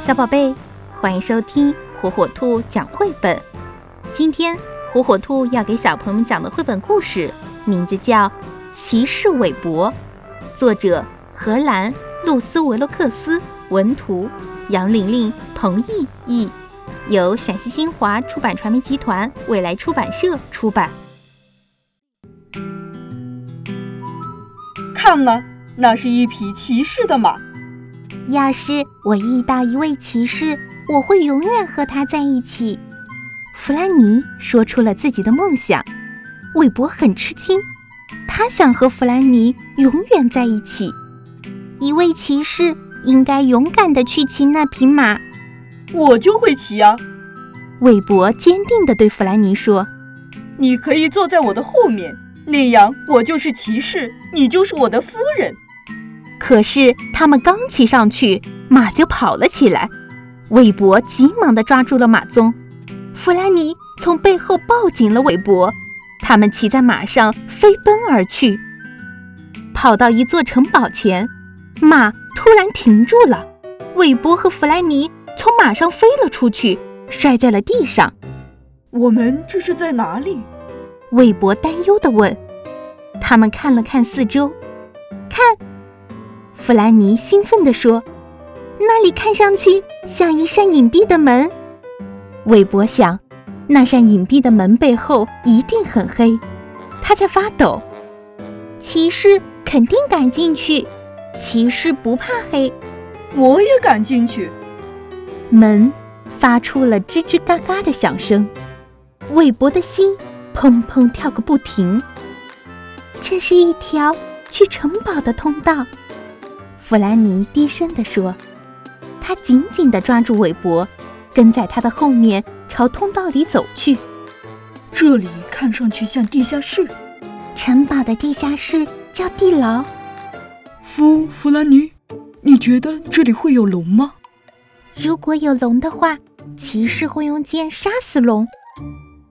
小宝贝，欢迎收听火火兔讲绘本。今天火火兔要给小朋友们讲的绘本故事，名字叫《骑士韦伯》，作者荷兰露丝·维洛克斯，文图杨玲玲、彭毅译，由陕西新华出版传媒集团未来出版社出版。看了，那是一匹骑士的马。要是我遇到一位骑士，我会永远和他在一起。弗兰尼说出了自己的梦想，韦伯很吃惊，他想和弗兰尼永远在一起。一位骑士应该勇敢地去骑那匹马。我就会骑啊！韦伯坚定地对弗兰尼说你可以坐在我的后面，那样我就是骑士，你就是我的夫人。：“可是他们刚骑上去，马就跑了起来。”韦伯急忙地抓住了马鬃，弗兰尼从背后抱紧了韦伯，他们骑在马上飞奔而去。跑到一座城堡前，马突然停住了，韦伯和弗兰尼从马上飞了出去，摔在了地上。我们这是在哪里？韦伯担忧地问。他们看了看四周，看，弗兰尼兴奋地说：“那里看上去像一扇隐蔽的门。韦伯想，那扇隐蔽的门背后一定很黑，他在发抖。骑士肯定敢进去，骑士不怕黑。我也敢进去。门发出了吱吱嘎嘎的响声，韦伯的心砰砰跳个不停。这是一条去城堡的通道。弗兰尼低声地说，他紧紧地抓住韦伯，跟在他的后面朝通道里走去。这里看上去像地下室。城堡的地下室叫地牢。弗弗兰尼，你觉得这里会有龙吗？如果有龙的话，骑士会用剑杀死龙。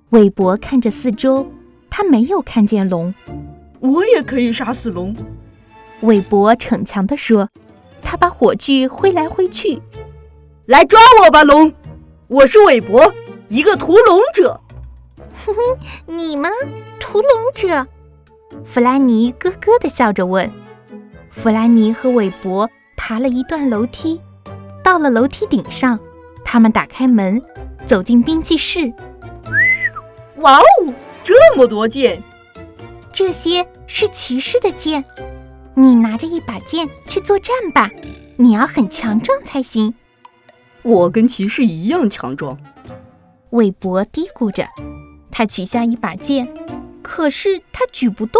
韦伯看着四周，他没有看见龙。我也可以杀死龙。韦伯逞强地说，他把火炬挥来挥去。来抓我吧，龙！我是韦伯，一个屠龙者。你吗，屠龙者？弗兰尼咯咯地笑着问。弗兰尼和韦伯爬了一段楼梯，到了楼梯顶上，他们打开门，走进兵器室。哇哦，这么多剑！这些是骑士的剑，你拿着一把剑去作战吧，你要很强壮才行。我跟骑士一样强壮。韦伯嘀咕着，他取下一把剑，可是他举不动。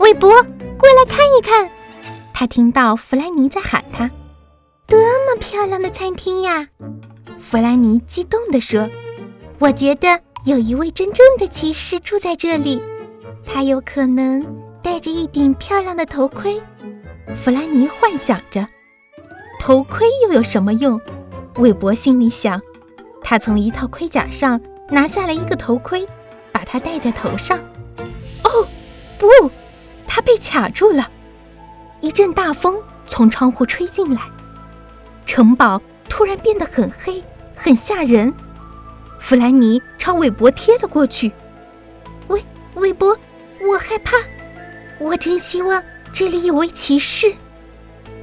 韦伯，过来看一看，他听到弗兰尼在喊他。那么漂亮的餐厅呀！弗兰尼激动地说我觉得有一位真正的骑士住在这里，他有可能戴着一顶漂亮的头盔。：“弗兰尼幻想着，头盔又有什么用？”韦伯心里想。他从一套盔甲上拿下来一个头盔，把它戴在头上。哦，不！他被卡住了。一阵大风从窗户吹进来，城堡突然变得很黑，很吓人。弗兰尼朝韦伯贴了过去。韦伯，我害怕，我真希望这里有位骑士。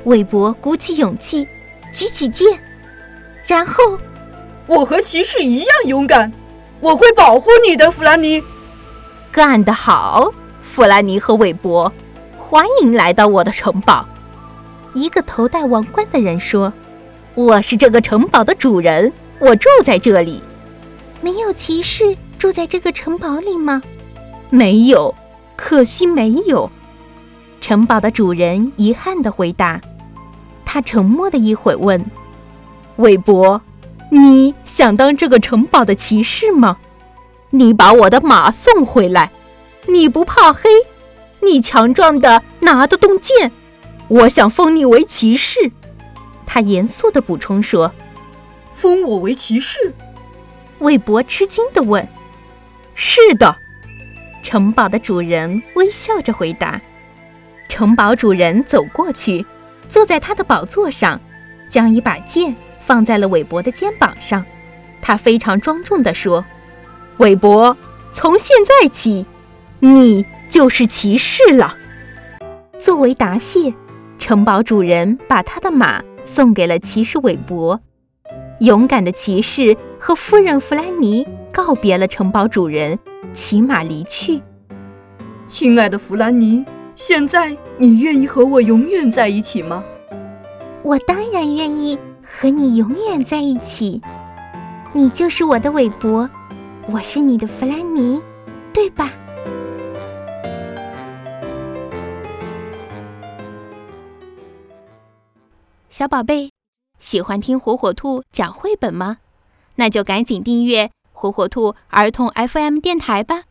韦伯鼓起勇气，举起剑，然后我和骑士一样勇敢，我会保护你的，弗兰尼。干得好，弗兰尼和韦伯，欢迎来到我的城堡。一个头戴王冠的人说：“我是这个城堡的主人，我住在这里。没有骑士住在这个城堡里吗？没有，可惜没有。”城堡的主人遗憾地回答。他沉默了一会，问：“韦伯，你想当这个城堡的骑士吗？你把我的马送回来，你不怕黑，你强壮的拿得动剑，我想封你为骑士。”他严肃地补充说。封我为骑士？韦伯吃惊地问：“是的。”城堡的主人微笑着回答。城堡主人走过去，坐在他的宝座上，将一把剑放在了韦伯的肩膀上。他非常庄重地说：“韦伯，从现在起，你就是骑士了。”作为答谢，城堡主人把他的马送给了骑士韦伯。勇敢的骑士和夫人弗兰尼告别了城堡主人，骑马离去。亲爱的弗兰尼，现在你愿意和我永远在一起吗？我当然愿意和你永远在一起。你就是我的韦伯，我是你的弗兰尼，对吧？小宝贝，喜欢听火火兔讲绘本吗？那就赶紧订阅火火兔儿童 FM 电台吧。